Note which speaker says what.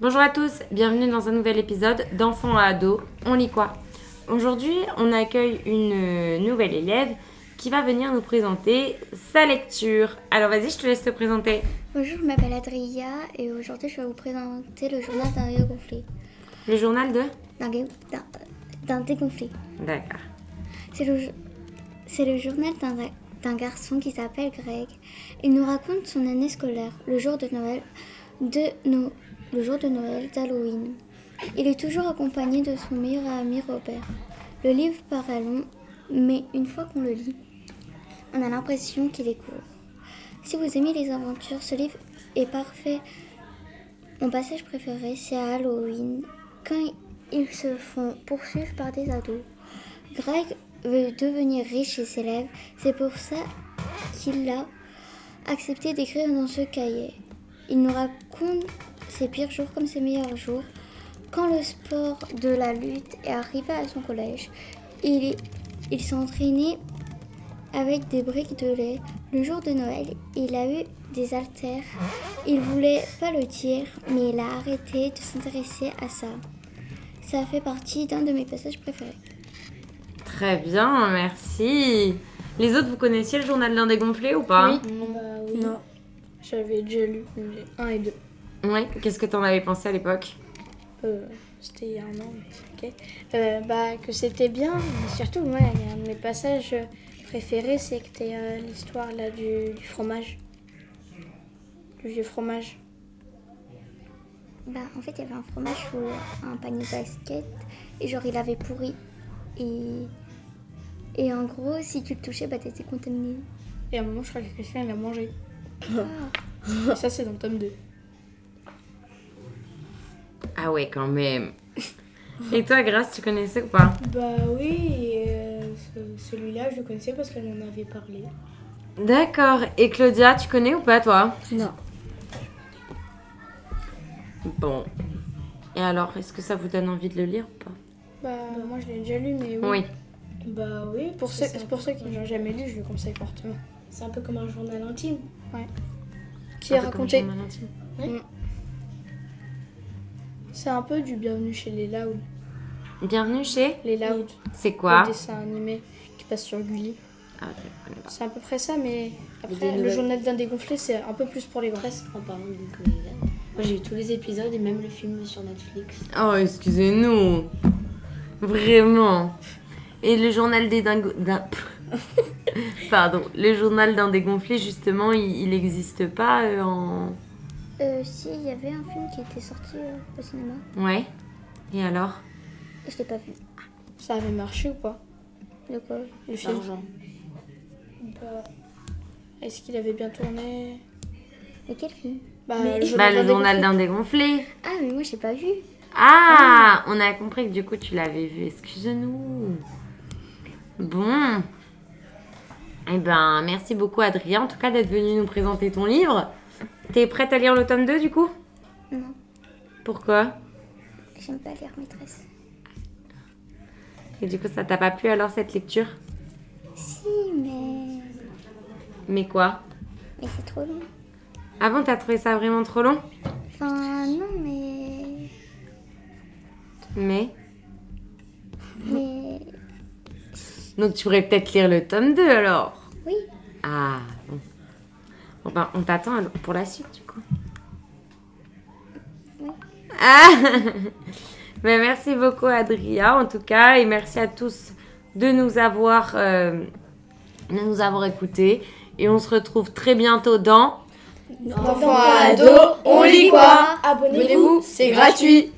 Speaker 1: Bonjour à tous, bienvenue dans un nouvel épisode d'Enfants à ados, on lit quoi Aujourd'hui, on accueille une euh, nouvelle élève qui va venir nous présenter sa lecture. Alors vas-y, je te laisse te présenter.
Speaker 2: Bonjour, je m'appelle Adria et aujourd'hui je vais vous présenter le journal d'un dégonflé.
Speaker 1: Le journal de
Speaker 2: D'un gay- d'un- D'un dégonflé.
Speaker 1: D'accord.
Speaker 2: C'est le, jo- c'est le journal d'un- d'un garçon qui s'appelle Greg. Il nous raconte son année scolaire, le jour de Noël, de no- le jour de Noël d'Halloween. Il est toujours accompagné de son meilleur ami Robert. Le livre paraît long, mais une fois qu'on le lit, on a l'impression qu'il est court. Si vous aimez les aventures, ce livre est parfait. Mon passage préféré, c'est à Halloween, quand ils se font poursuivre par des ados. Greg veut devenir riche et s'élève, c'est pour ça qu'il a accepté d'écrire dans ce cahier. Il nous raconte ses pires jours comme ses meilleurs jours. Quand le sport de la lutte est arrivé à son collège, il, il s'est entraîné avec des briques de lait. Le jour de Noël, il a eu des haltères. Il voulait pas le dire, mais il a arrêté de s'intéresser à ça. Ça fait partie d'un de mes passages préférés.
Speaker 1: Très bien, merci. Les autres, vous connaissiez le journal d'un dégonflé ou pas
Speaker 3: Bah oui. Non. J'avais déjà lu les 1 et 2.
Speaker 1: Oui. Qu'est-ce que t'en avais pensé à l'époque
Speaker 3: Euh, c'était il y a un an, mais ok. Euh, bah, que c'était bien, mais surtout, moi, il y a un de mes passages euh, préférés, c'était euh, l'histoire là du, du fromage. Du vieux fromage.
Speaker 2: Bah, en fait, il y avait un fromage sous un panier de basket et genre il avait pourri. Et, et en gros, si tu le touchais, bah t'étais contaminé.
Speaker 3: Et à un moment, je crois que quelqu'un l'a mangé. Et ça, c'est dans le tome 2.
Speaker 1: Ah ouais, quand même. Et toi, Grace, tu connaissais ou pas
Speaker 4: Bah oui, et, euh, ce- celui-là je le connaissais parce qu'elle en avait parlé.
Speaker 1: D'accord. Et Claudia, tu connais ou pas toi
Speaker 4: Non.
Speaker 1: Bon. Et alors, est-ce que ça vous donne envie de le lire ou pas
Speaker 3: Bah, moi, je l'ai déjà lu, mais oui.
Speaker 1: Oui.
Speaker 4: Bah oui,
Speaker 3: Pour ceux,
Speaker 4: parce que c'est un
Speaker 3: pour
Speaker 4: peu
Speaker 3: ceux qui
Speaker 4: comme-
Speaker 3: ne l'ont jamais lu, je le conseille fortement.
Speaker 4: C'est un peu comme un journal intime.
Speaker 3: Qui a
Speaker 1: Un peu comme
Speaker 3: raconté
Speaker 1: Jean Valentin.
Speaker 3: C'est un peu du bienvenu chez les Loud.
Speaker 1: Bienvenue chez.
Speaker 3: Les Loud,
Speaker 1: C'est
Speaker 3: le
Speaker 1: quoi
Speaker 3: dessin animé qui passe sur Gulli.
Speaker 1: Ah, je connais pas.
Speaker 3: C'est à peu près ça, mais
Speaker 5: Des
Speaker 3: après, le
Speaker 5: nouvelles.
Speaker 3: journal d'un dégonflé, c'est un peu plus pour les grands.
Speaker 5: Presque en parlant de Nicolas. Moi j'ai eu tous les épisodes et même le film sur Netflix.
Speaker 1: Oh, excusez-nous. Vraiment. Et le journal des dingos. d'un- Pardon. Le journal d'un dégonflé, justement, il il existe pas euh, en.
Speaker 2: Euh, si, il y avait un film qui était sorti euh, au cinéma
Speaker 1: Ouais. Et alors
Speaker 2: et je l'ai pas vu.
Speaker 3: Ça avait marché ou pas
Speaker 2: De quoi
Speaker 3: Le film
Speaker 5: L'argent.
Speaker 3: Est-ce qu'il avait bien tourné
Speaker 2: Mais quel film
Speaker 3: Bah, le
Speaker 1: Bah, le
Speaker 3: d'un
Speaker 1: journal
Speaker 3: dégonflé.
Speaker 1: d'un dégonflé.
Speaker 2: Ah, mais moi j'ai pas vu.
Speaker 1: Ah, on a compris que du coup tu l'avais vu. Excuse-nous. Bon. Eh ben, merci beaucoup Adrien, en tout cas d'être venu nous présenter ton livre. T'es prête à lire le tome 2 du coup
Speaker 2: Non,
Speaker 1: Pourquoi
Speaker 2: j'aime pas lire maîtresse.
Speaker 1: Et du coup ça t'a pas plu alors cette lecture
Speaker 2: Si, mais.
Speaker 1: Mais quoi
Speaker 2: Mais c'est trop long.
Speaker 1: Avant t'as trouvé ça vraiment trop long
Speaker 2: Enfin, non, mais.
Speaker 1: Mais...
Speaker 2: Mais.
Speaker 1: Donc tu pourrais peut-être lire le tome 2 alors
Speaker 2: Oui,
Speaker 1: Ah, bon. Bon ben, on t'attend alors pour la suite du coup.
Speaker 2: Oui.
Speaker 1: Ah Mais merci beaucoup Adria en tout cas et merci à tous de nous avoir euh, de nous avoir écoutés et on se retrouve très bientôt dans
Speaker 4: Enfants à ados, on lit quoi Abonnez-vous, c'est gratuit